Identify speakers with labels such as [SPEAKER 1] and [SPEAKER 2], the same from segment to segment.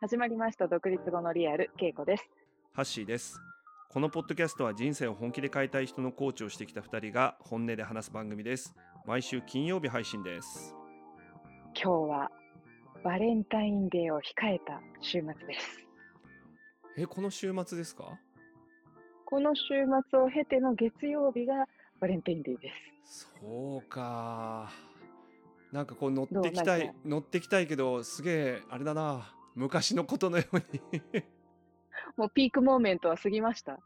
[SPEAKER 1] 始まりました独立後のリアルけいこです
[SPEAKER 2] ハッシーです。このポッドキャストは人生を本気で変えたい人のコーチをしてきた2人が本音で話す番組です。毎週金曜日配信です。
[SPEAKER 1] 今日はバレンタインデーを控えた週末です
[SPEAKER 2] え、この週末ですか
[SPEAKER 1] この週末を経ての月曜日がバレンタインデーです
[SPEAKER 2] そうか。なんかこう乗
[SPEAKER 1] ど
[SPEAKER 2] っ
[SPEAKER 1] う
[SPEAKER 2] てきた
[SPEAKER 1] なん
[SPEAKER 2] い
[SPEAKER 1] か、
[SPEAKER 2] 乗ってきたいけど、すげえ、あれだな。昔のことのように
[SPEAKER 1] もうピークモーメントは過ぎました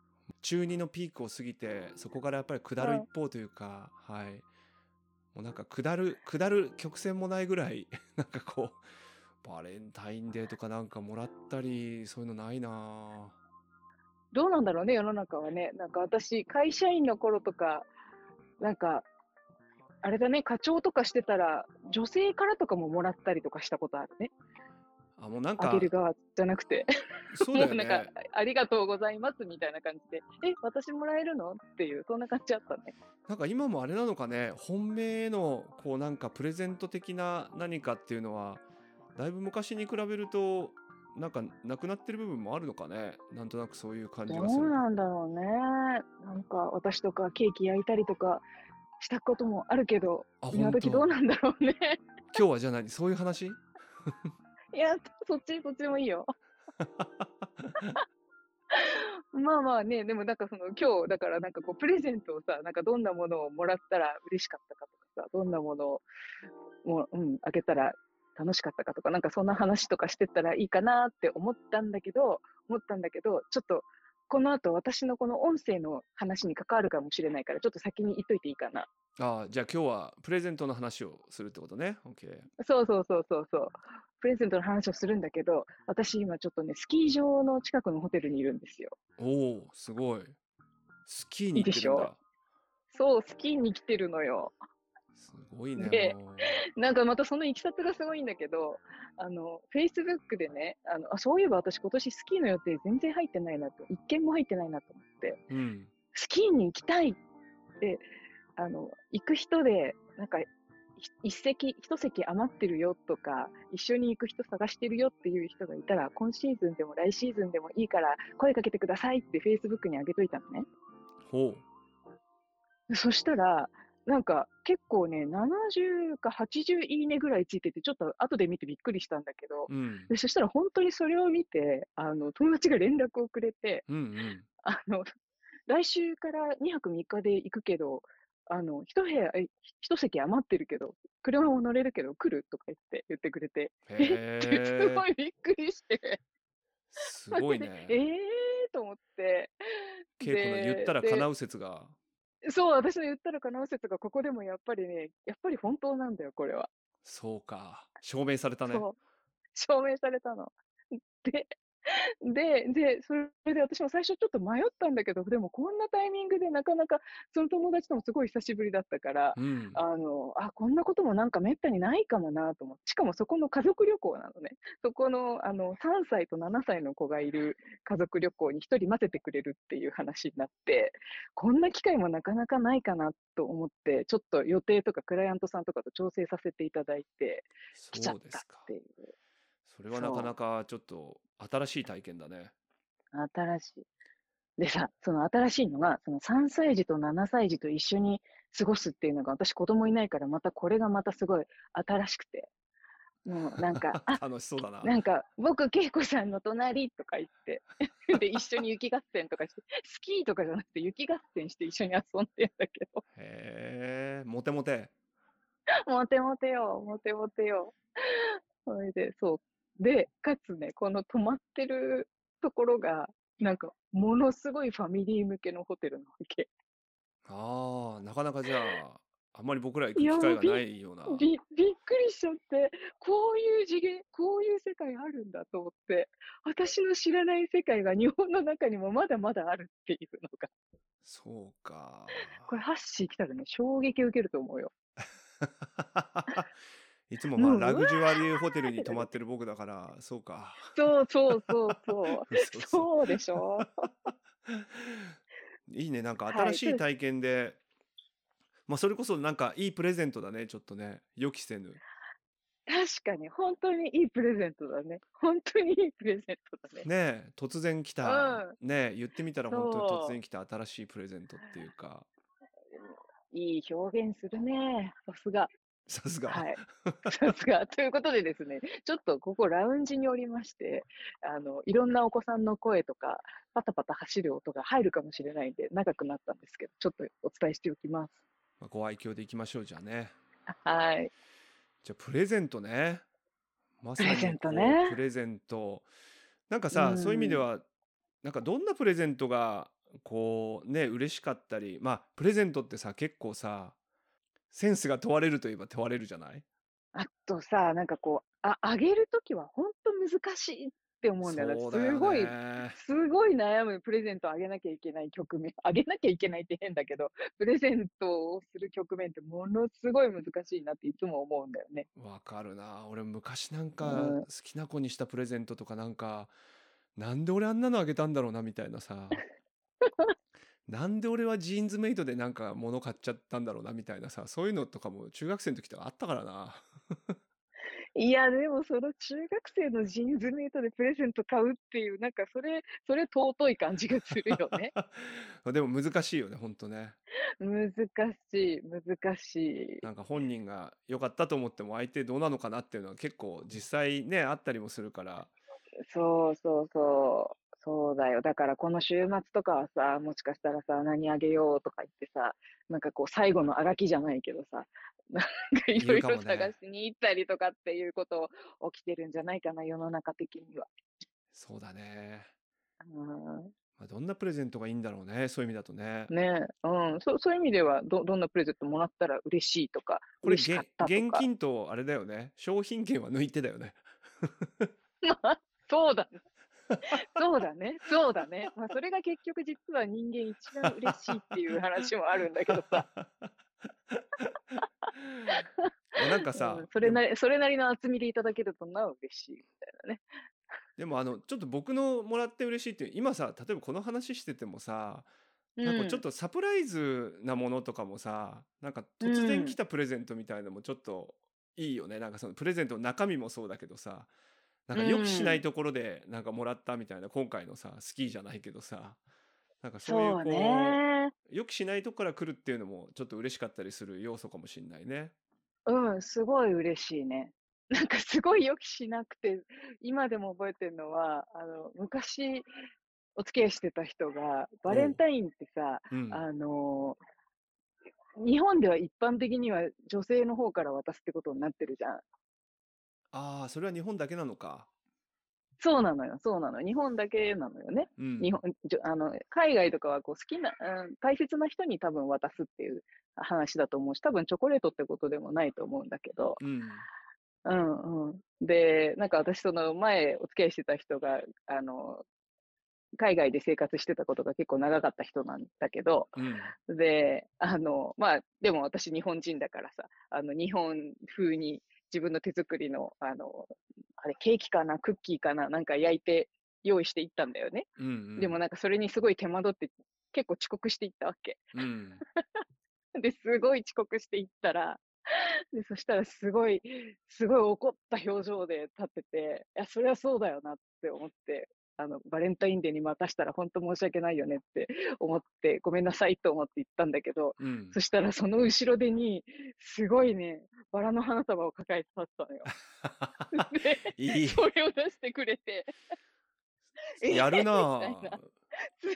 [SPEAKER 2] 中二のピークを過ぎてそこからやっぱり下る一方というか、はい、もうなんか下る下る曲線もないぐらい なんかこうバレンタインデーとかなんかもらったりそういうのないなぁ
[SPEAKER 1] どうなんだろうね世の中はねなんか私会社員の頃とかなんかあれだね課長とかしてたら女性からとかももらったりとかしたことあるね
[SPEAKER 2] あもうなん
[SPEAKER 1] あ
[SPEAKER 2] か
[SPEAKER 1] げる側じゃなくて
[SPEAKER 2] そうだよ
[SPEAKER 1] も うなんか、
[SPEAKER 2] ね
[SPEAKER 1] ありがとうございますみたいな感じで、え、私もらえるのっていう、そんな感じあったね。
[SPEAKER 2] なんか今もあれなのかね本命へのこうなんかプレゼント的な何かっていうのはだいぶ昔に比べるとなんかなくなってる部分もあるのかねなんとなくそういう感じ
[SPEAKER 1] ど
[SPEAKER 2] がする
[SPEAKER 1] うなんだろうね。なんか、私とかケーキ焼いたりとかしたこともあるけど、
[SPEAKER 2] あ
[SPEAKER 1] 今
[SPEAKER 2] 本当
[SPEAKER 1] 時どう
[SPEAKER 2] 今
[SPEAKER 1] なん だろうね。
[SPEAKER 2] 日はじゃあ何そういう話
[SPEAKER 1] いや、そっち、そっちもいいよ。まあまあね、でもなんかその今日、だからなんかこうプレゼントをさ、なんかどんなものをもらったら嬉しかったかとかさ、どんなものをもう、うん、あげたら楽しかったかとか、なんかそんな話とかしてったらいいかなって思ったんだけど、思ったんだけど、ちょっとこの後私のこの音声の話に関わるかもしれないから、ちょっと先に言っといていいかな。
[SPEAKER 2] ああ、じゃあ今日はプレゼントの話をするってことね。OK。
[SPEAKER 1] そうそうそうそうそう。プレゼントの話をするんだけど、私今ちょっとね、スキー場の近くのホテルにいるんですよ。
[SPEAKER 2] おお、すごい。スキーに行ってる
[SPEAKER 1] い
[SPEAKER 2] ん
[SPEAKER 1] い
[SPEAKER 2] だ。
[SPEAKER 1] そう、スキーに来てるのよ。
[SPEAKER 2] すごいね。
[SPEAKER 1] で
[SPEAKER 2] もう
[SPEAKER 1] なんかまたそのいきさつがすごいんだけど、あの、Facebook でね、あの、あ、そういえば私今年スキーの予定全然入ってないなと、一件も入ってないなと思って、
[SPEAKER 2] うん。
[SPEAKER 1] スキーに行きたいって、あの、行く人で、なんか、い一席、一席余ってるよとか、一緒に行く人探してるよっていう人がいたら、今シーズンでも来シーズンでもいいから声かけてくださいって Facebook に上げといたのね。
[SPEAKER 2] ほう。
[SPEAKER 1] そしたら、なんか結構ね、70か80いいねぐらいついてて、ちょっと後で見てびっくりしたんだけど、
[SPEAKER 2] うん。
[SPEAKER 1] でそしたら本当にそれを見て、あの、友達が連絡をくれて、
[SPEAKER 2] うん うん。
[SPEAKER 1] あの、来週から2泊3日で行くけど、あの、一部屋、え一席余ってるけど、車も乗れるけど来るとか言って、言ってくれて、
[SPEAKER 2] へ
[SPEAKER 1] す
[SPEAKER 2] え
[SPEAKER 1] ご。いびっくりして、
[SPEAKER 2] すごい
[SPEAKER 1] え
[SPEAKER 2] ね。
[SPEAKER 1] ーと思って、
[SPEAKER 2] 稽古の言ったら
[SPEAKER 1] で
[SPEAKER 2] 叶う説が。
[SPEAKER 1] そう、私の言ったらかなう説がここでもやっぱりね、やっぱり本当なんだよ、これは。
[SPEAKER 2] そうか。証明されたね。
[SPEAKER 1] そう。 証明されたの。 で、で、で、それで私も最初ちょっと迷ったんだけど、でもこんなタイミングでなかなか、その友達ともすごい久しぶりだったから、
[SPEAKER 2] うん。
[SPEAKER 1] あの、あ、こんなこともなんかめったにないかもなと思って、しかもそこの家族旅行なのね。そこの、あの、3歳と7歳の子がいる家族旅行に1人混ぜてくれるっていう話になって、こんな機会もなかなかないかなと思って、ちょっと予定とかクライアントさんとかと調整させていただいて、来ちゃ
[SPEAKER 2] そ
[SPEAKER 1] っ
[SPEAKER 2] うで
[SPEAKER 1] たっ
[SPEAKER 2] すか
[SPEAKER 1] て。いう。
[SPEAKER 2] それはなかなかちょっと新しい体験だね。
[SPEAKER 1] 新しい。でさ、その新しいのが、その3歳児と7歳児と一緒に過ごすっていうのが、私子供いないから、またこれがまたすごい新しくて。もうなん か、あ、
[SPEAKER 2] 楽しそうだな。
[SPEAKER 1] なんか、僕、恵子さんの隣とか言って、 で、一緒に雪合戦とかして、スキーとかじゃなくて雪合戦して一緒に遊んでんだけど、
[SPEAKER 2] へえ。モテモテ。
[SPEAKER 1] モテモテよ、モテモテよ。それで、そう。で、かつね、この泊まってるところが、なんか、ものすごいファミリー向けのホテルなわけ。
[SPEAKER 2] ああ、なかなかじゃあ、あんまり僕ら行く
[SPEAKER 1] い
[SPEAKER 2] 機
[SPEAKER 1] や
[SPEAKER 2] 会が
[SPEAKER 1] び
[SPEAKER 2] ないような。
[SPEAKER 1] びびっくりしちゃって、こういう次元、こういう世界あるんだと思って、私の知らない世界が日本の中にもまだまだあるっていうのが、
[SPEAKER 2] そうか。
[SPEAKER 1] これ、ハッシー来たらね、衝撃受けると思うよ。
[SPEAKER 2] いつもまあ
[SPEAKER 1] うん
[SPEAKER 2] ラグジュアリーホテルに泊まってる僕だから、そうか。
[SPEAKER 1] そうそうそう そう。
[SPEAKER 2] そうそう
[SPEAKER 1] そうでしょ
[SPEAKER 2] いいね、なんか
[SPEAKER 1] はい
[SPEAKER 2] 新し
[SPEAKER 1] そ
[SPEAKER 2] いう体験で、まあ、それこそなんかいいプレゼントだね、ちょっとね。予期せぬ。
[SPEAKER 1] 確かに、本当にいいプレゼントだね。本当にいいプレゼントだね。
[SPEAKER 2] ねえ突然来た、
[SPEAKER 1] う
[SPEAKER 2] ねえ言ってみたら本当に
[SPEAKER 1] そう
[SPEAKER 2] 突然来た新しいプレゼントっていうか、
[SPEAKER 1] いい表現するね。さすが。
[SPEAKER 2] さすが。
[SPEAKER 1] はい。さすが。 ということでですね、ちょっとここラウンジにおりまして、あの、いろんなお子さんの声とか、パタパタ走る音が入るかもしれないんで、長くなったんですけど、ちょっとお伝えしておきます。
[SPEAKER 2] まあ、ご愛嬌でいきましょう、じゃあね。
[SPEAKER 1] はい。
[SPEAKER 2] じゃあプレゼントね。まさに
[SPEAKER 1] プレゼント
[SPEAKER 2] こう
[SPEAKER 1] ね
[SPEAKER 2] プレゼント。なんかさ、
[SPEAKER 1] うん
[SPEAKER 2] そういう意味では、なんかどんなプレゼントが、こうね、嬉しかったり、まあ、プレゼントってさ、結構さ、センスが問われるといえば問われるじゃない
[SPEAKER 1] あとさ、なんかこう、あ、あげるときは本当難しいって思うんだよね。
[SPEAKER 2] そうだよね
[SPEAKER 1] すごい、すごい悩むプレゼントをあげなきゃいけない局面。あげなきゃいけないって変だけど、 プレゼントをする局面ってものすごい難しいなっていつも思うんだよね。
[SPEAKER 2] わかるな俺昔なんか
[SPEAKER 1] うん
[SPEAKER 2] 好きな子にしたプレゼントとかなんかなんで俺あんなのあげたんだろうなみたいなさなんで俺はジーンズメイドでなんか物買っちゃったんだろうなみたいなさそういうのとかも中学生の時とかあったからない
[SPEAKER 1] や、でもその中学生のジーンズメイトでプレゼント買うっていう、なんかそれ、それ尊い感じがするよ ね。
[SPEAKER 2] でも難しいよねほんとね
[SPEAKER 1] 難しい、難しい。
[SPEAKER 2] なんか本人が良かったと思っても相手どうなのかなっていうのは結構実際ねあったりもするから
[SPEAKER 1] そうそうそう。そうだよ。だからこの週末とかはさ、もしかしたらさ、何あげようとか言ってさ、なんかこう最後のあがきじゃないけどさ、 なんかいろ
[SPEAKER 2] 言う
[SPEAKER 1] い
[SPEAKER 2] か
[SPEAKER 1] ろ
[SPEAKER 2] もね
[SPEAKER 1] 探しに行ったりとかっていうこと起きてるんじゃないかな、世の中的には。
[SPEAKER 2] そうだね、
[SPEAKER 1] う
[SPEAKER 2] まあ、どんなプレゼントがいいんだろうねそういう意味だとね
[SPEAKER 1] ん、ねえ、うん、そ、そういう意味では、ど、どんなプレゼントもらったら嬉しいとか、
[SPEAKER 2] これ
[SPEAKER 1] 嬉しか
[SPEAKER 2] げ
[SPEAKER 1] ったと
[SPEAKER 2] 現
[SPEAKER 1] か。
[SPEAKER 2] 金とあれだよね商品券は抜いてだよね
[SPEAKER 1] そうだね。そうだね。そうだね。まあ、それが結局実は人間一番嬉しいっていう話もあるんだけどさ。
[SPEAKER 2] いやなんかさ、
[SPEAKER 1] うんそれ
[SPEAKER 2] でも
[SPEAKER 1] なり、それなりの厚みでいただけるとなお嬉しいみたいなね。
[SPEAKER 2] でもあのちょっと僕のもらって嬉しいって今さ例えばこの話しててもさ、なんかちょっとサプライズなものとかもさなんか突
[SPEAKER 1] う
[SPEAKER 2] 然
[SPEAKER 1] ん
[SPEAKER 2] 来たプレゼントみたいなのもちょっといいよね、なんかそのプレゼントの中身もそうだけどさなんか予期しない
[SPEAKER 1] うん
[SPEAKER 2] ところでなんかもらったみたいな今回のさスキーじゃないけどさなんかそういう
[SPEAKER 1] そう
[SPEAKER 2] こう
[SPEAKER 1] ね。
[SPEAKER 2] 予期しないとこから来るっていうのもちょっと嬉しかったりする要素かもしんないね。
[SPEAKER 1] うん、すごい嬉しいね。 なんかすごい予期しなくて、今でも覚えてるのは、あの、昔お付き合いしてた人が、バレンタインってさ、
[SPEAKER 2] うん、
[SPEAKER 1] あの日本では一般的には女性の方から渡すってことになってるじゃん。
[SPEAKER 2] ああそれは日本だけなのか。
[SPEAKER 1] そうなのよ、そうなの。日本だけなのよね。
[SPEAKER 2] うん、
[SPEAKER 1] 日本じょあの海外とかはこう好きな、うん、大切な人に多分渡すっていう話だと思うし、多分チョコレートってことでもないと思うんだけど、
[SPEAKER 2] うん、
[SPEAKER 1] うんうん、で、なんか私、その前お付き合いしてた人が、あの海外で生活してたことが結構長かった人なんだけど、
[SPEAKER 2] うん、
[SPEAKER 1] で、あの、まあ、でも私日本人だからさ、あの、日本風に自分の手作りの、あの、あれ、ケーキかな、クッキーかな、なんか焼いて用意していったんだよね。
[SPEAKER 2] うんうん、
[SPEAKER 1] でもなんかそれにすごい手間取って結構遅刻していったわけ。
[SPEAKER 2] うん、
[SPEAKER 1] ですごい遅刻していったら、 でそしたらすごい、すごい怒った表情で立ってて、いや、そりゃそうだよなって思って、あの、バレンタインデーに待たしたら本当申し訳ないよねって 思って、ごめんなさいと思って言ったんだけど、
[SPEAKER 2] うん
[SPEAKER 1] そしたらその後ろ手に、すごいね、バラの花束を抱えて立ってたのよ。 で
[SPEAKER 2] いい
[SPEAKER 1] それを出してくれて、え
[SPEAKER 2] やるな
[SPEAKER 1] み
[SPEAKER 2] ぁ
[SPEAKER 1] たいなす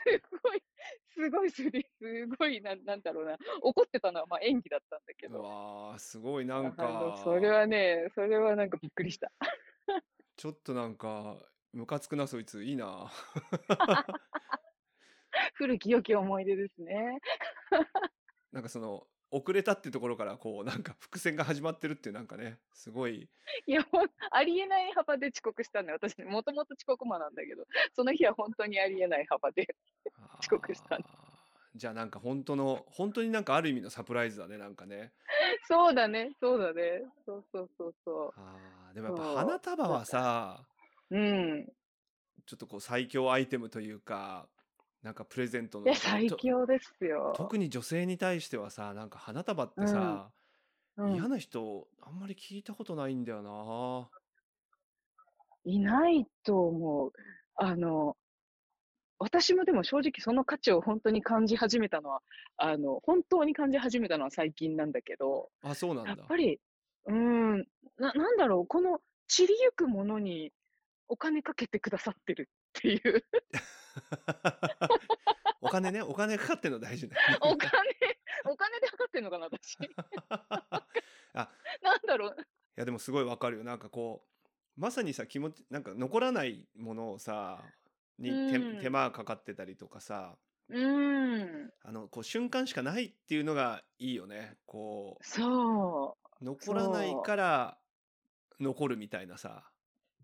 [SPEAKER 1] ごい、 すごいすり、すごい、なんなんだろうな、怒ってたのはまあ演技だったんだけ
[SPEAKER 2] う
[SPEAKER 1] ど、
[SPEAKER 2] わあすごいな
[SPEAKER 1] あ
[SPEAKER 2] んか
[SPEAKER 1] のそれはね、それはなんかびっくりした。
[SPEAKER 2] ちょっとなんかムカつくなそいついいな ぁ
[SPEAKER 1] 古き良き思い出ですね。
[SPEAKER 2] なんかその遅れたってところからこうなんか伏線が始まってるっていうなんかねすごい
[SPEAKER 1] いや、ほんありえない幅で遅刻したんだよ。私、もともと遅刻魔なんだけど、その日は本当にありえない幅で。 遅刻したね
[SPEAKER 2] あー じゃあなんか本当の本当になんかある意味のサプライズだねなんかね
[SPEAKER 1] そうだね、そうだね。そうそうそうそ
[SPEAKER 2] あーでもやっぱ
[SPEAKER 1] そう
[SPEAKER 2] 花束はさ
[SPEAKER 1] う。うん。
[SPEAKER 2] ちょっとこう最強アイテムというかなんかプレゼントの
[SPEAKER 1] いや、最
[SPEAKER 2] と
[SPEAKER 1] 強ですよ。
[SPEAKER 2] 特に女性に対してはさなんか花束ってさ、
[SPEAKER 1] うん
[SPEAKER 2] 嫌な人あんまり聞いたことないんだよない
[SPEAKER 1] ないと思う。あの、私もでも正直その価値を本当に感じ始めたのは、あの、本当に感じ始めたのは最近なんだけど、
[SPEAKER 2] あそうなん
[SPEAKER 1] や
[SPEAKER 2] だ
[SPEAKER 1] っぱり、うーん、な、なんだろう、この散りゆくものにお金かけてくださってるって いう、
[SPEAKER 2] お金ねお金かかってるの大 事だよね
[SPEAKER 1] お金、お金で測ってんのかな、 私。 なんだろう、
[SPEAKER 2] いやでもすごいわかるよなんかこうまさにさ気持ちなんか残らないものをさに手,、
[SPEAKER 1] うん
[SPEAKER 2] 手間がかかってたりとかさ
[SPEAKER 1] うーん、
[SPEAKER 2] あのこう瞬間しかないっていうのがいいよねこ
[SPEAKER 1] そう
[SPEAKER 2] 残らない
[SPEAKER 1] そう
[SPEAKER 2] から残るみたいなさ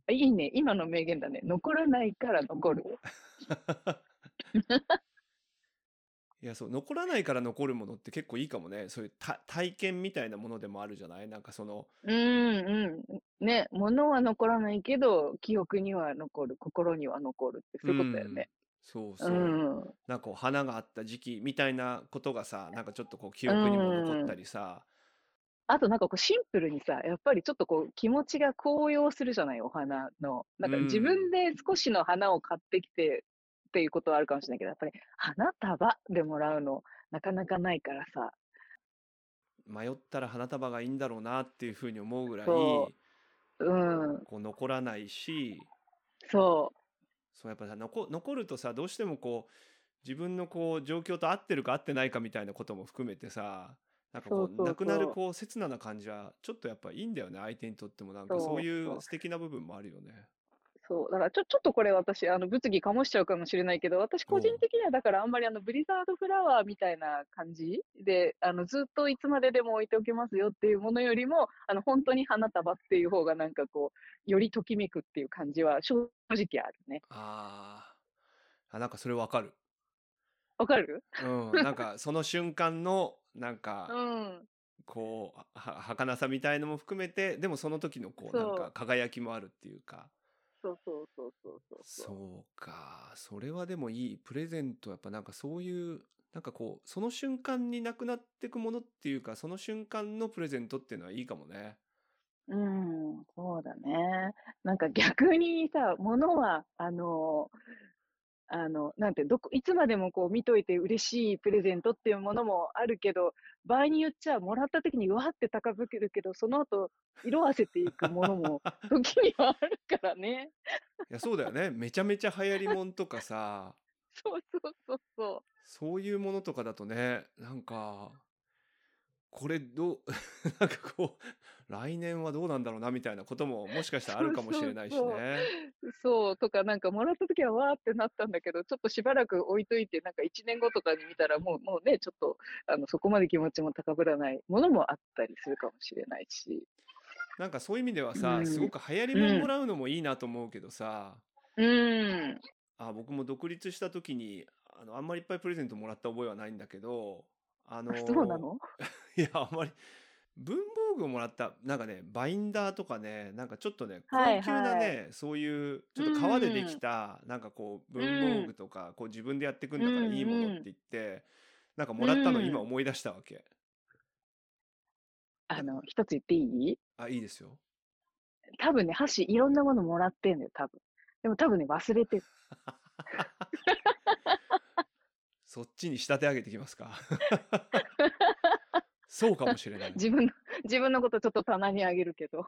[SPEAKER 1] う。いいね、今の名言だね。残らないから残る。
[SPEAKER 2] いやそう残らないから残るものって結構いいかもねそういうた体験みたいなものでもあるじゃないなんかその
[SPEAKER 1] うんうん。ね、物は残らないけど、記憶には残る、心には残るって、そういうことだよね。
[SPEAKER 2] うんそう
[SPEAKER 1] う
[SPEAKER 2] そう、
[SPEAKER 1] ん。
[SPEAKER 2] なんかこう花があった時期みたいなことがさなんかちょっとこう記憶にも残ったりさ、
[SPEAKER 1] あとなんかこうシンプルにさ、やっぱりちょっとこう気持ちが高揚するじゃない、お花の。なんか
[SPEAKER 2] うん
[SPEAKER 1] 自分で少しの花を買ってきてっていうことはあるかもしれないけど、やっぱり花束でもらうの、なかなかないからさ。
[SPEAKER 2] 迷ったら花束がいいんだろうなっていうふうに思うぐらい
[SPEAKER 1] そ
[SPEAKER 2] こ
[SPEAKER 1] うん。
[SPEAKER 2] う残らないし
[SPEAKER 1] そ
[SPEAKER 2] そうやっぱさ残残るとさどうしてもこう自分のこう状況と合ってるか合ってないかみたいなことも含めてさなんかこう
[SPEAKER 1] そうそう
[SPEAKER 2] なくなる
[SPEAKER 1] そう
[SPEAKER 2] こう刹那な感じはちょっとやっぱいいんだよね相手にとってもなんか
[SPEAKER 1] そう
[SPEAKER 2] そうい
[SPEAKER 1] そう
[SPEAKER 2] う素敵な部分もあるよね。
[SPEAKER 1] う。そう。だからちょ、ちょっとこれ私、あの、物議かもしちゃうかもしれないけど、私個人
[SPEAKER 2] うん
[SPEAKER 1] 的にはだからあんまりあの、ブリザードフラワーみたいな感じで、あの、ずっといつまででも置いておきますよっていうものよりも、あの、本当に花束っていう方がなんかこう、よりときめくっていう感じは正直あるね。
[SPEAKER 2] あーあなんかそれわかる。
[SPEAKER 1] わかる
[SPEAKER 2] うん、なんか その瞬間のなんか、
[SPEAKER 1] うん。
[SPEAKER 2] こうは儚さみたいのも含めてでもその時のこう
[SPEAKER 1] そ
[SPEAKER 2] な
[SPEAKER 1] うん
[SPEAKER 2] か輝きもあるっていうか
[SPEAKER 1] そうそうそうそうそうそう。
[SPEAKER 2] そうかそれはでもいいプレゼントやっぱなんかそういうなんかこうその瞬間になくなってくものっていうかその瞬間のプレゼントっていうのはいいかもね
[SPEAKER 1] うん、そうだね。なんか逆にさ、物は、あの、あの、なんて、どこ、いつまでもこう見といて嬉しいプレゼントっていうものもあるけど、場合によっちゃ、もらった時にうわって高ぶるけど、その後、色あせていくものも 時にはあるからね。
[SPEAKER 2] いやそうだ よねめちゃめちゃ流行りもんとかさ
[SPEAKER 1] そうそうそうそ
[SPEAKER 2] そういうものとかだとねなんかこれどう なんかこう来年はどうなんだろうなみたいなことももしかしたらあるかもしれないし
[SPEAKER 1] そうそう
[SPEAKER 2] ね。
[SPEAKER 1] う。そう、とか、なんかもらった時はわーってなったんだけど、ちょっとしばらく置いといて、なんか1年後とかに見たら、もう、もうね、ちょっと、あの、そこまで気持ちも高ぶらないものもあったりするかもしれないし。
[SPEAKER 2] なんかそういう意味ではさ、
[SPEAKER 1] うん
[SPEAKER 2] すごく流行りも
[SPEAKER 1] うんん
[SPEAKER 2] もらうのもいいなと思うけどさ、
[SPEAKER 1] うん。
[SPEAKER 2] あ僕も独立した時にあのあんまりいっぱいプレゼントもらった覚えはないんだけどあの
[SPEAKER 1] あそうなの
[SPEAKER 2] いやあんまり文房具をもらったなんかねバインダーとかねなんかちょっとね高
[SPEAKER 1] はい
[SPEAKER 2] 級な
[SPEAKER 1] は
[SPEAKER 2] ね、
[SPEAKER 1] い
[SPEAKER 2] そういうちょっと革でできた、なんかこう文房具とか、こう自分でやってくんだからいいものって言って、なんかもらったの今
[SPEAKER 1] うん
[SPEAKER 2] 思い出したわけ、
[SPEAKER 1] あの、一つ言っていい
[SPEAKER 2] あいいですよ
[SPEAKER 1] 多分ね、箸いろんなものもらってんだよ、多分。でも多分ね、忘れてる。
[SPEAKER 2] そっちに仕立て上げてきますか そうかもしれない
[SPEAKER 1] 自分の、 自分のことちょっと棚にあげるけど。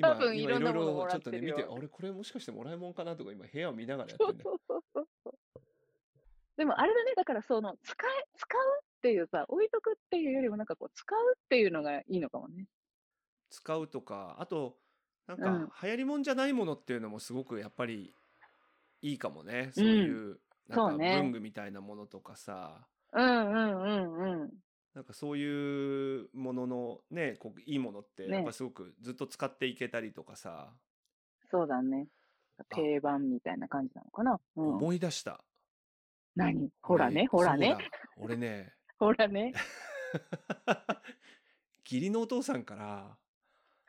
[SPEAKER 1] 多分いろんなものも
[SPEAKER 2] 今
[SPEAKER 1] ら
[SPEAKER 2] ちょ
[SPEAKER 1] っ
[SPEAKER 2] っと
[SPEAKER 1] て
[SPEAKER 2] ね
[SPEAKER 1] る
[SPEAKER 2] 見
[SPEAKER 1] よ
[SPEAKER 2] てあれこれもしかしてもらいもんかなとか今部屋を見ながらやっ
[SPEAKER 1] そ
[SPEAKER 2] て
[SPEAKER 1] うん
[SPEAKER 2] だ
[SPEAKER 1] そうそうそうそう。でもあれだね、だからその、使え、使うっていうさ、置いとくっていうよりもなんかこう、使うっていうのがいいのかもね。
[SPEAKER 2] 使うと かあとなん
[SPEAKER 1] うん
[SPEAKER 2] か流行りもんじゃないものっていうのもすごくやっぱりいいかもね、そういうな
[SPEAKER 1] そうん
[SPEAKER 2] か
[SPEAKER 1] ね
[SPEAKER 2] 文具みたいなものとかさ
[SPEAKER 1] うんうんうんうん。
[SPEAKER 2] なんかそういうもののねこういいものって
[SPEAKER 1] ね
[SPEAKER 2] やっぱすごくずっと使っていけたりとかさ、
[SPEAKER 1] そうだね。定番みたいな感じなのかな。うん。
[SPEAKER 2] 思い出した
[SPEAKER 1] 何ほらね、
[SPEAKER 2] 俺
[SPEAKER 1] ほらね
[SPEAKER 2] そう、だ俺ね
[SPEAKER 1] ほらね、
[SPEAKER 2] 義理のお父さんから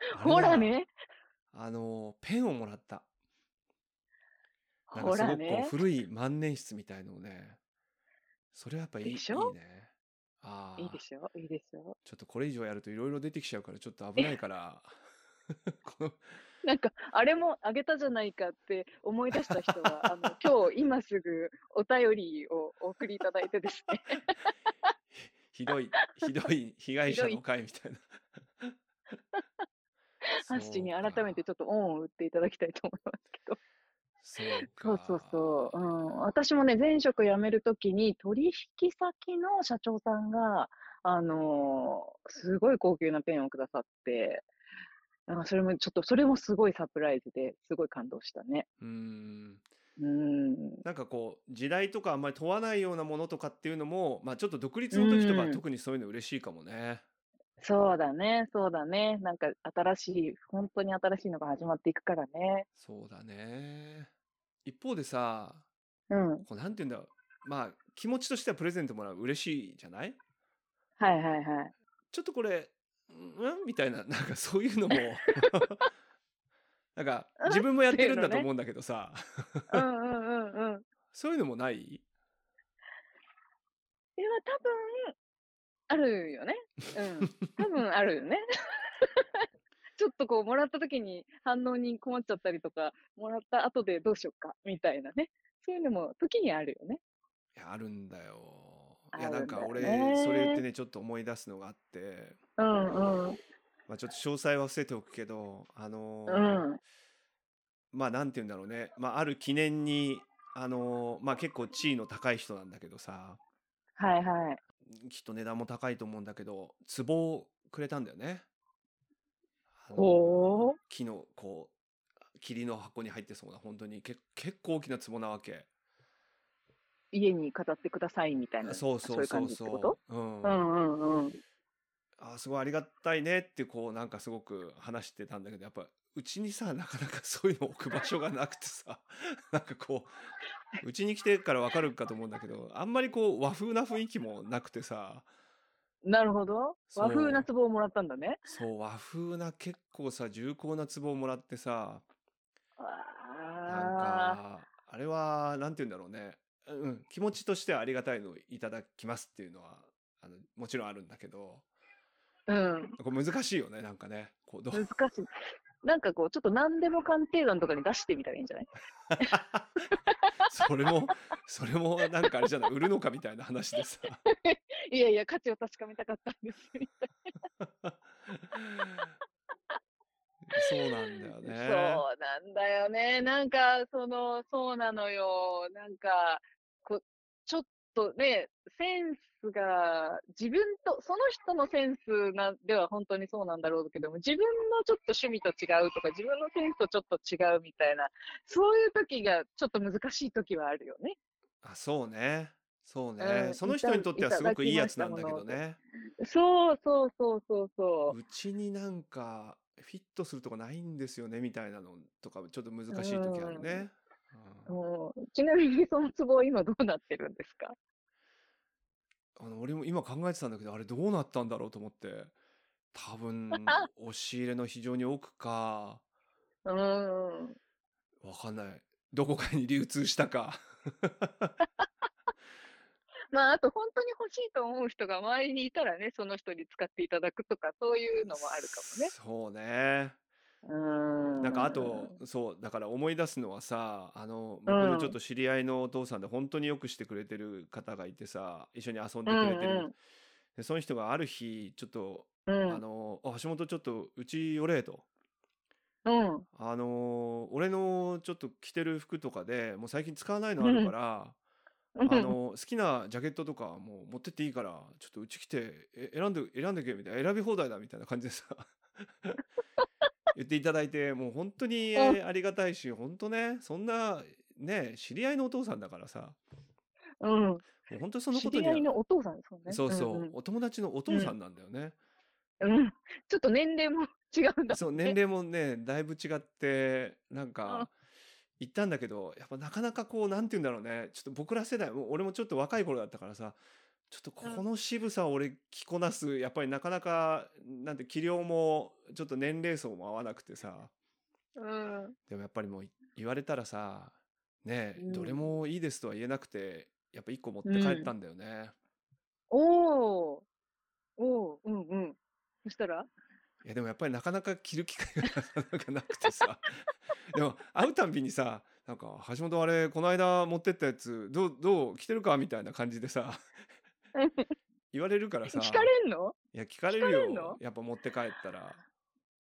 [SPEAKER 2] あれだ
[SPEAKER 1] ほらね、
[SPEAKER 2] あのペンをもらったなん
[SPEAKER 1] ほ
[SPEAKER 2] かす
[SPEAKER 1] ら
[SPEAKER 2] ごくこ
[SPEAKER 1] ね
[SPEAKER 2] う。古い万年筆みたいのをねそれはやっぱいいいい
[SPEAKER 1] でしょ
[SPEAKER 2] ね。ああ。
[SPEAKER 1] いいでしょいいでしょ
[SPEAKER 2] ちょっとこれ以上やるといろいろ出てきちゃうからちょっと危ないから。 この
[SPEAKER 1] なんか、あれもあげたじゃないかって思い出した人 は、あの、今日、今すぐお便りをお送りいただいてですね。
[SPEAKER 2] ひどい、ひどい被害者
[SPEAKER 1] ひど
[SPEAKER 2] の会みたい な。
[SPEAKER 1] ハッシーに
[SPEAKER 2] そうか
[SPEAKER 1] 改めてちょっと恩を売っていただきたいと思いますけど。
[SPEAKER 2] そうか。
[SPEAKER 1] そうそうそう。うん、私もね、前職辞めるときに、取引先の社長さんが、あのーすごい高級なペンをくださって、なんかそれもちょっと、それもすごいサプライズですごい感動したね。
[SPEAKER 2] うーん。
[SPEAKER 1] うん。
[SPEAKER 2] なんかこう、時代とかあんまり問わないようなものとかっていうのも、まあちょっと独立の時とか
[SPEAKER 1] うん
[SPEAKER 2] 特にそういうの嬉しいかもね。
[SPEAKER 1] そうだね、そうだね。なんか新しい、本当に新しいのが始まっていくからね。
[SPEAKER 2] そうだね。一方でさ、
[SPEAKER 1] うん。
[SPEAKER 2] こうなんて言うんだろう。まあ気持ちとしてはプレゼントもらう嬉しいじゃない
[SPEAKER 1] はいはいはい。
[SPEAKER 2] ちょっとこれ、うんみたいな、なんかそういうのも、なんか自分もやってるんだと思うんだけどさ、
[SPEAKER 1] うんうんうんうん。
[SPEAKER 2] そういうのもない
[SPEAKER 1] では多分、あるよね。うん。多分あるよね。 ちょっとこう、もらった時に反応に困っちゃったりとか、もらった後でどうしようか、みたいなね。そういうのも時にあるよね。
[SPEAKER 2] いや、あるんだよ。い
[SPEAKER 1] あ
[SPEAKER 2] や、
[SPEAKER 1] る
[SPEAKER 2] なんん
[SPEAKER 1] だ
[SPEAKER 2] か
[SPEAKER 1] よ
[SPEAKER 2] 俺、
[SPEAKER 1] ね
[SPEAKER 2] それ言ってね、ちょっと思い出すのがあって、
[SPEAKER 1] うんうん。
[SPEAKER 2] まあちょっと詳細は伏せておくけど、あの
[SPEAKER 1] う
[SPEAKER 2] ー
[SPEAKER 1] ん。
[SPEAKER 2] まあなんて言うんだろうね、まあある記念に、あのーまあ結構地位の高い人なんだけどさ、
[SPEAKER 1] はいはい。
[SPEAKER 2] きっと値段も高いと思うんだけど、壺をくれたんだよね。あの
[SPEAKER 1] ほう
[SPEAKER 2] 木のこう霧の箱に入ってそうな本当にけ結構大きな壺なわけ
[SPEAKER 1] 家に飾ってくださいみたいな。
[SPEAKER 2] そうそう
[SPEAKER 1] いう
[SPEAKER 2] そ
[SPEAKER 1] 感
[SPEAKER 2] う
[SPEAKER 1] じって
[SPEAKER 2] そう
[SPEAKER 1] こと
[SPEAKER 2] うん
[SPEAKER 1] うんうんうん。
[SPEAKER 2] あーすごいありがたいねってこうなんかすごく話してたんだけどやっぱうちにさなかなかそういうの置く場所がなくてさ なんかこううちに来てからわかるかと思うんだけどあんまりこう和風な雰囲気もなくてさ
[SPEAKER 1] なるほど。
[SPEAKER 2] そう
[SPEAKER 1] 和風な壺をもらったんだね。
[SPEAKER 2] そう和風な結構さ重厚な壺をもらってさなん
[SPEAKER 1] ああ。
[SPEAKER 2] かあれはなんて言うんだろうね、うん、気持ちとしてはありがたいのをいただきますっていうのはあのもちろんあるんだけど
[SPEAKER 1] うん。
[SPEAKER 2] これ難しいよねなんかねこうどう
[SPEAKER 1] 難しい。なんかこう、ちょっと何でも鑑定団とかに出してみたらいいんじゃない
[SPEAKER 2] それもそれもなんかあれじゃない売るのかみたいな話 でさ
[SPEAKER 1] いやいや、価値を確かめたかったんですよ。
[SPEAKER 2] そうなんだよ
[SPEAKER 1] そう
[SPEAKER 2] ね
[SPEAKER 1] なんだよね。なんか、その、そうなのよ。なんか、こちょっとね、センスが、自分と、その人のセンスなんでは本当にそうなんだろうけども、自分のちょっと趣味と違うとか、自分のセンスとちょっと違うみたいな、そういう時が、ちょっと難しい時はあるよね。
[SPEAKER 2] あそうねそうね、
[SPEAKER 1] うん
[SPEAKER 2] その人にとってはすごくいいやつなんだけ
[SPEAKER 1] い
[SPEAKER 2] ど
[SPEAKER 1] ただきまし
[SPEAKER 2] ね
[SPEAKER 1] そうそうそうそうそう。
[SPEAKER 2] うちになんかフィットするとこないんですよねみたいなのとかちょっと難しい時あるね。うん
[SPEAKER 1] うんちなみにそのツボは今どうなってるんですか
[SPEAKER 2] あの俺も今考えてたんだけどあれどうなったんだろうと思って 多分押し入れの非常に奥か
[SPEAKER 1] うん。
[SPEAKER 2] わかんないどこかに流通したか
[SPEAKER 1] まあ、あと本当に欲しいと思う人が周りにいたらね、その人に使っていただくとか、そういうのもあるかもね。
[SPEAKER 2] そうね
[SPEAKER 1] う
[SPEAKER 2] なんかあと、そうだから思い出すのはさあの僕のちょっと知り合いのお父さんで本当によくしてくれてる方がいてさ一緒に遊んでくれてる、
[SPEAKER 1] うんうん
[SPEAKER 2] でその人がある日ちょっと
[SPEAKER 1] うん、
[SPEAKER 2] あの、あ橋本ちょっとうち寄れと。
[SPEAKER 1] うん、
[SPEAKER 2] あの、俺のちょっと着てる服とかでもう最近使わないのあるから、あの、好きなジャケットとかもう持ってっていいから、ちょっとうち来て、え選んで、選んでけみたいな、選び放題だみたいな感じ でさ、言っていただいて、もう本当にえーありがたいし、本当ね、そんな、ね、知り合いのお父さんだからさ、
[SPEAKER 1] うん、うん。
[SPEAKER 2] もう本当にそのこ
[SPEAKER 1] 知り
[SPEAKER 2] とに
[SPEAKER 1] 合
[SPEAKER 2] は、
[SPEAKER 1] いのお父さんですもんね。
[SPEAKER 2] そうそう、
[SPEAKER 1] ん
[SPEAKER 2] お友達のお父さんなんだよね。
[SPEAKER 1] うん、うんちょっと年齢も 違うんだ。
[SPEAKER 2] そう年齢もねだいぶ違ってなんか行ったんだけどやっぱなかなかこうなんて言うんだろうねちょっと僕ら世代もう俺もちょっと若い頃だったからさちょっとこ
[SPEAKER 1] うん
[SPEAKER 2] この渋さを俺着こなすやっぱりなかなかなんて器量もちょっと年齢層も合わなくてさ
[SPEAKER 1] うん、
[SPEAKER 2] でもやっぱりもう言われたらさねえ
[SPEAKER 1] うん
[SPEAKER 2] どれもいいですとは言えなくてやっぱ1個持って帰ったんだよね。
[SPEAKER 1] おーおーうんうん。そしたら
[SPEAKER 2] いやでもやっぱりなかなか着る機会が なかなくてさ でも会うたんびにさなんか「橋本あれこの間持ってったやつどうどう着てるか?」みたいな感じでさ 言われるからさ
[SPEAKER 1] 聞かれんの
[SPEAKER 2] いや聞かれ
[SPEAKER 1] 聞かれ
[SPEAKER 2] る
[SPEAKER 1] ん
[SPEAKER 2] よ
[SPEAKER 1] の
[SPEAKER 2] やっぱ持って帰ったら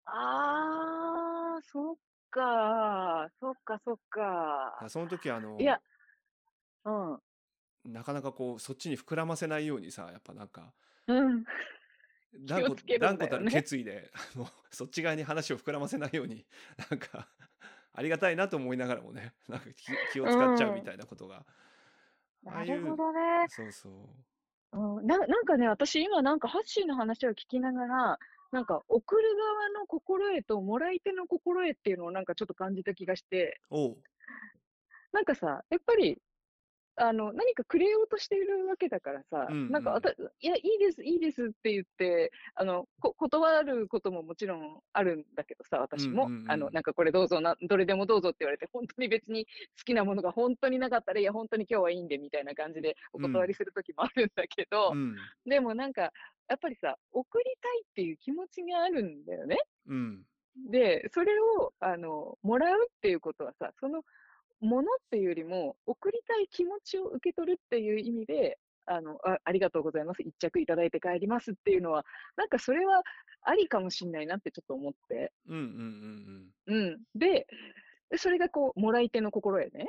[SPEAKER 1] あー、そっか。そっかそっ
[SPEAKER 2] だから
[SPEAKER 1] か。
[SPEAKER 2] その時あの
[SPEAKER 1] いや、うん。
[SPEAKER 2] なかなかこうそっちに膨らませないようにさやっぱなんか
[SPEAKER 1] うん。
[SPEAKER 2] 断固
[SPEAKER 1] つける
[SPEAKER 2] 断
[SPEAKER 1] んだ
[SPEAKER 2] 固
[SPEAKER 1] よね
[SPEAKER 2] たる決意であの そっち側に話を膨らませないように なんかありがたいなと思いながらもね なんか気気を使っちゃうみたいなことが、ああ
[SPEAKER 1] な
[SPEAKER 2] いう
[SPEAKER 1] るほどね。
[SPEAKER 2] そうそう
[SPEAKER 1] うん、ななんかね、私今なんかハッシーの話を聞きながら、なんか送る側の心得ともらい手の心得っていうのをなんかちょっと感じた気がして、
[SPEAKER 2] おう
[SPEAKER 1] なんかさ、やっぱり、あの、何かくれようとしているわけだからさ、
[SPEAKER 2] うん
[SPEAKER 1] なんか
[SPEAKER 2] うん
[SPEAKER 1] あた、いや、いいです、いいですって言って、あの、こ断ることももちろんあるんだけどさ、私も、
[SPEAKER 2] うんうんうん
[SPEAKER 1] あの、なんかこれどうぞな、どれでもどうぞって言われて、本当に別に好きなものが本当になかったら、いや、本当に今日はいいんで、みたいな感じでお断りする時もあるんだけど、
[SPEAKER 2] うん
[SPEAKER 1] でもなんか、やっぱりさ、送りたいっていう気持ちがあるんだよね。
[SPEAKER 2] うん
[SPEAKER 1] で、それを、あの、もらうっていうことはさ、その、ものっていうよりも、送りたい気持ちを受け取るっていう意味で、あの、あありがとうございます。一着いただいて帰りますっていうのは、なんかそれはありかもしんないなってちょっと思って。
[SPEAKER 2] うんうんうん
[SPEAKER 1] うん。で、それがこう、もらい手の心得ね。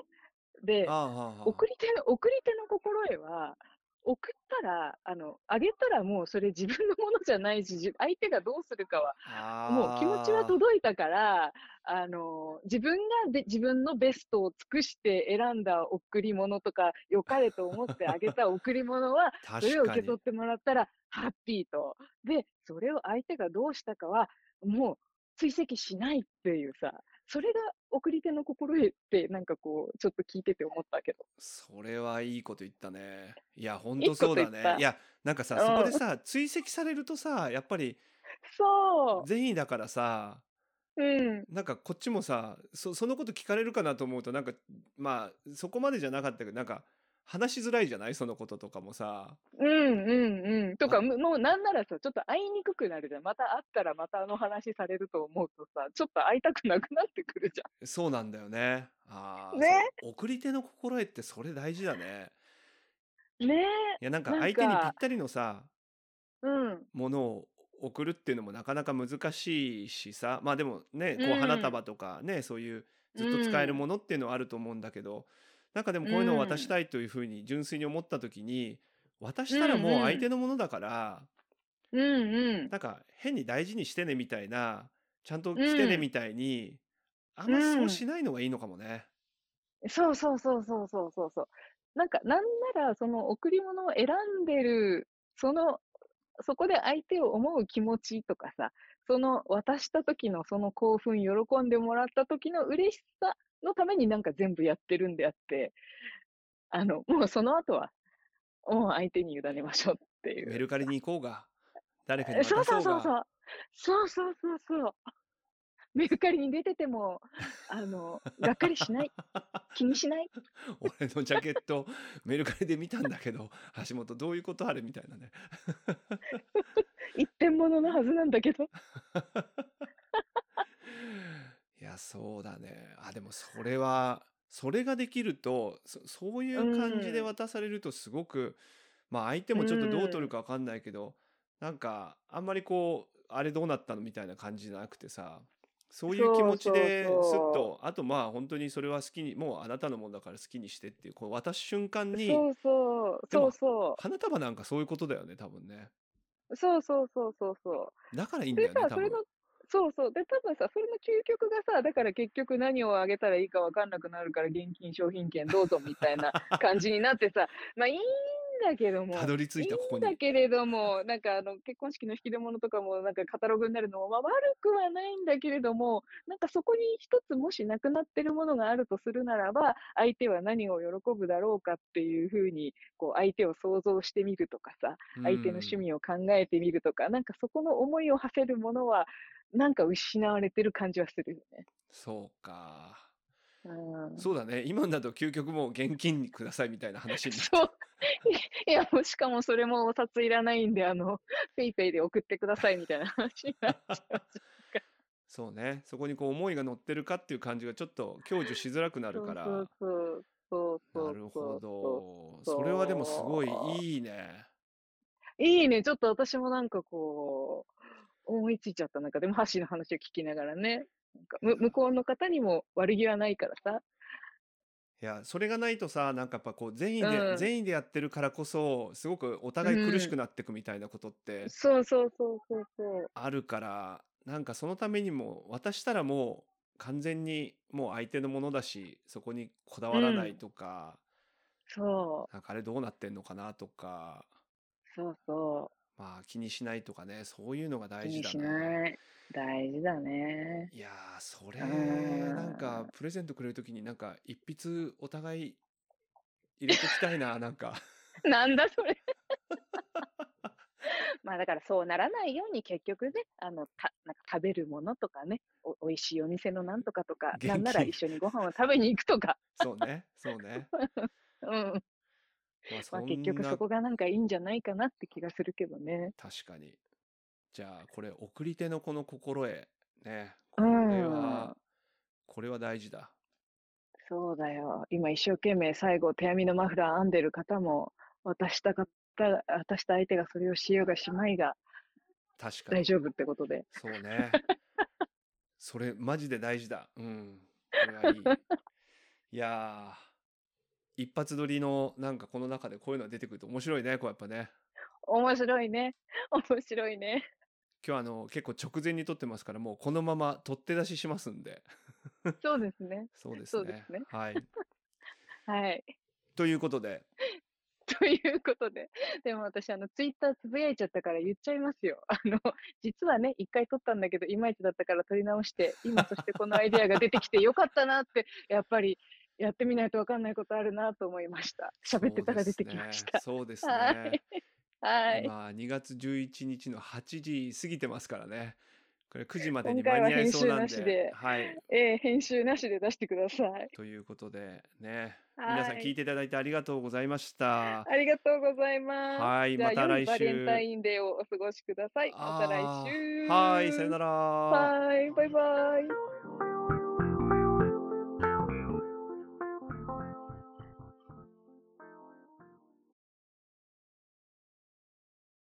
[SPEAKER 2] う
[SPEAKER 1] で
[SPEAKER 2] ん、ああはあはあ
[SPEAKER 1] 送り手の、送り手の心得は、送ったら、あの、あげたらもうそれ自分のものじゃないし、 じ相手がどうするかは、
[SPEAKER 2] あ
[SPEAKER 1] もう気持ちは
[SPEAKER 2] ー
[SPEAKER 1] 届いたから、あの、自分がで自分のベストを尽くして選んだ贈り物とか、良かれと思ってあげた贈り物は、それを受け 取
[SPEAKER 2] 確かに
[SPEAKER 1] ってもらったら、ハッピーと。で、それを相手がどうしたかは、もう追跡しないっていうさ、それが送り手の心得って、なんかこう、ちょっと聞いてて思ったけど。
[SPEAKER 2] それはいいこと言ったねいや本
[SPEAKER 1] いい
[SPEAKER 2] 当
[SPEAKER 1] こと
[SPEAKER 2] そうだ
[SPEAKER 1] 言
[SPEAKER 2] ね
[SPEAKER 1] った
[SPEAKER 2] いやなんかさ
[SPEAKER 1] うん
[SPEAKER 2] そこでさ追跡されるとさやっぱり
[SPEAKER 1] そう。
[SPEAKER 2] 善意だからさ
[SPEAKER 1] うん。
[SPEAKER 2] なんかこっちもさそそのこと聞かれるかなと思うとなんかまあそこまでじゃなかったけどなんか話しづらいじゃないそのこととかもさ
[SPEAKER 1] うんうんうん。と
[SPEAKER 2] あ
[SPEAKER 1] か、むもうなんならさ、ちょっと会いにくくなるじゃん。また会ったらまたあの話されると思うとさ、ちょっと会いたくなくなってくるじ
[SPEAKER 2] そうなんだよねあー
[SPEAKER 1] ね
[SPEAKER 2] そう送り手の心得ってそれ大事だ ね
[SPEAKER 1] ゃん。ねえ。
[SPEAKER 2] いやなんか
[SPEAKER 1] なんか
[SPEAKER 2] 相手にぴったりのさ
[SPEAKER 1] うん。
[SPEAKER 2] ものを送るっていうのもなかなか難しいしさまあでもねこう
[SPEAKER 1] うん
[SPEAKER 2] 花束とかね、そういうずっと使える
[SPEAKER 1] うん
[SPEAKER 2] ものっていうのはあると思うんだけど、なんかでもこういうのを渡したいというふうに純粋に思った時に渡したらもう相手のものだから、
[SPEAKER 1] うんうん。
[SPEAKER 2] なんか変に大事にしてねみたいなちゃんと来てね
[SPEAKER 1] うん
[SPEAKER 2] みたいに、あんまそううんしないのがいいのかもね。
[SPEAKER 1] そうそうそうそうそうそうそう。なんか、なんなら、その贈り物を選んでる、その、そこで相手を思う気持ちとかさ、その渡した時のその興奮、喜んでもらった時の嬉しさのためになんか全部やってるんであって、あの、もうその後は、もう相手に委ねましょうってい
[SPEAKER 2] メ
[SPEAKER 1] う。
[SPEAKER 2] ルカリに行こうが誰かに
[SPEAKER 1] えそう
[SPEAKER 2] 渡
[SPEAKER 1] そ
[SPEAKER 2] そうう
[SPEAKER 1] そう
[SPEAKER 2] が
[SPEAKER 1] そう。そうそうそうそう。メルカリに出てても、あの、がっかりしない、気にしない。
[SPEAKER 2] 俺のジャケットメルカリで見たんだけど橋本どういうことあれみたいなね。
[SPEAKER 1] 一点物のはずなんだけど。
[SPEAKER 2] いやそうだねあでもそれはそれができるとそそういう感じで
[SPEAKER 1] うん
[SPEAKER 2] 渡されるとすごく、まあ相手もちょっとどう取るか分かんないけど、なんかあんまりこうあれどうなったのみたいな感じじゃなくてさそういう気持ちですっ
[SPEAKER 1] そうそうそう
[SPEAKER 2] とあとまあ本当にそれは好きにもうあなたのものだから好きにしてっていうこう渡す瞬間に
[SPEAKER 1] そうそう、
[SPEAKER 2] でも
[SPEAKER 1] そうそ
[SPEAKER 2] 花束なんかそういうことだよね多分ね
[SPEAKER 1] う、そうそうそうそうそう。
[SPEAKER 2] だからいいんだ
[SPEAKER 1] で
[SPEAKER 2] よね
[SPEAKER 1] さ、
[SPEAKER 2] 多
[SPEAKER 1] それ
[SPEAKER 2] 分
[SPEAKER 1] の、そうそう。で、多分さ、それの究極がさ、だから結局何をあげたらいいかわかんなくなるから現金商品券どうぞみたいな感じになってさ、まあいいんだけども。
[SPEAKER 2] たどり着いたここ
[SPEAKER 1] いいん
[SPEAKER 2] に
[SPEAKER 1] だけれども、なんかあの結婚式の引き出物とかもなんかカタログになるのも、まあ、悪くはないんだけれども、なんかそこに一つもしなくなってるものがあるとするならば、相手は何を喜ぶだろうかっていうふうに、こう相手を想像してみるとかさ、相手の趣
[SPEAKER 2] うん
[SPEAKER 1] 味を考えてみるとか、なんかそこの思いを馳せるものは、なんか失われてる感じはするよね。
[SPEAKER 2] そうか。
[SPEAKER 1] うん
[SPEAKER 2] そうだね今だと究極もう現金にくださいみたいな話にな
[SPEAKER 1] そう。いや、もうしかもそれもお札いらないんで、あの、ペイペイで送ってくださいみたいな話になっちゃう。
[SPEAKER 2] そうねそこにこう思いが乗ってるかっていう感じがちょっと享受しづらくなるから
[SPEAKER 1] そうそうそうそうそうそう
[SPEAKER 2] なるほ
[SPEAKER 1] そう
[SPEAKER 2] どそれはでもすごいいいね
[SPEAKER 1] いいね、ちょっと私もなんかこう、思いついちゃった。なんかでも、ハッシーの話を聞きながらね。なんかむ向こうの方にも悪気はないからさ。
[SPEAKER 2] いやそれがないとさなんかやっぱこう善意で、
[SPEAKER 1] うん
[SPEAKER 2] 善意でやってるからこそすごくお互い苦しくなってくみたいなことって
[SPEAKER 1] そうそうそうそうそう。
[SPEAKER 2] あるから、なんかそのためにも渡したらもう完全にもう相手のものだしそこにこだわらな
[SPEAKER 1] う
[SPEAKER 2] い
[SPEAKER 1] ん
[SPEAKER 2] とか、
[SPEAKER 1] そう、
[SPEAKER 2] なんかあれどうなってんのかなとか
[SPEAKER 1] そうそ
[SPEAKER 2] まあ気にしないとかねそういうのが
[SPEAKER 1] う。気
[SPEAKER 2] 大事
[SPEAKER 1] に
[SPEAKER 2] だ
[SPEAKER 1] し
[SPEAKER 2] ね。
[SPEAKER 1] ない。大事だね。
[SPEAKER 2] いやーそれ
[SPEAKER 1] うん
[SPEAKER 2] なんかプレゼントくれる時になんか一筆お互い入れてきたいななんか
[SPEAKER 1] なんだそれまあだからそうならないように結局ね、あの、た、なんか食べるものとかね、お、美味しいお店のなんとかとか、
[SPEAKER 2] 現
[SPEAKER 1] なんなら
[SPEAKER 2] 金
[SPEAKER 1] 一緒にご飯を食べに行くとか、
[SPEAKER 2] そうねそう ね。
[SPEAKER 1] うん。
[SPEAKER 2] まあ
[SPEAKER 1] ま
[SPEAKER 2] そ
[SPEAKER 1] あ
[SPEAKER 2] ん
[SPEAKER 1] 結局
[SPEAKER 2] な
[SPEAKER 1] そこがなんかいいんじゃないかなって気がするけどね。
[SPEAKER 2] 確かに。じゃあこれ送り手のこの心得ねこ
[SPEAKER 1] う
[SPEAKER 2] れ
[SPEAKER 1] ん
[SPEAKER 2] は、これは大事だ。
[SPEAKER 1] そうだよ。今一生懸命最後手編みのマフラー編んでる方も、渡した方、渡した相手がそれをしようがしまいが
[SPEAKER 2] 確か
[SPEAKER 1] 大
[SPEAKER 2] に。
[SPEAKER 1] 丈夫ってことで。
[SPEAKER 2] そうね。それ、マジで大事だ。うん。これ はいい。いやー、一発撮りの、なんかこの中でこういうのが出てくると面白いね、こうやっぱね。
[SPEAKER 1] 面白いね。面白い ね。
[SPEAKER 2] 今日あの、結構直前に撮ってますから、もうこのまま取って出ししますんで。
[SPEAKER 1] そうですね。
[SPEAKER 2] そうです
[SPEAKER 1] そう
[SPEAKER 2] ね。
[SPEAKER 1] ですね
[SPEAKER 2] はい。
[SPEAKER 1] はい。
[SPEAKER 2] ということで、
[SPEAKER 1] ということで、 でも私、あの、ツイッターつぶやいちゃったから言っちゃいますよ。 あの、実はね、一回撮ったんだけど、いまいちだったから撮り直して、今そしてこのアイデアが出てきてよかったなって、 やっぱりやってみないとわかんないことあるなと思いました。 喋ってたら出てきました。
[SPEAKER 2] そうですね。
[SPEAKER 1] は
[SPEAKER 2] そうですね
[SPEAKER 1] い はい。
[SPEAKER 2] 今2月11日の8時過ぎてますからね。これ9時までに
[SPEAKER 1] 今回
[SPEAKER 2] 間
[SPEAKER 1] は
[SPEAKER 2] に合い
[SPEAKER 1] 編
[SPEAKER 2] そう
[SPEAKER 1] 集
[SPEAKER 2] なん
[SPEAKER 1] な
[SPEAKER 2] で。
[SPEAKER 1] しで、
[SPEAKER 2] はい。
[SPEAKER 1] えー編集なしで出してください。
[SPEAKER 2] ということでね、
[SPEAKER 1] はい
[SPEAKER 2] 皆さん聞いていただいてありがとうございま した。
[SPEAKER 1] ありがとうございます。
[SPEAKER 2] はい
[SPEAKER 1] じゃあ
[SPEAKER 2] また来週
[SPEAKER 1] 良いバレンタインデーをお過ごしください。また
[SPEAKER 2] あ
[SPEAKER 1] 来
[SPEAKER 2] ー
[SPEAKER 1] 週。
[SPEAKER 2] はい、さよなら。
[SPEAKER 1] はい、バイバイ。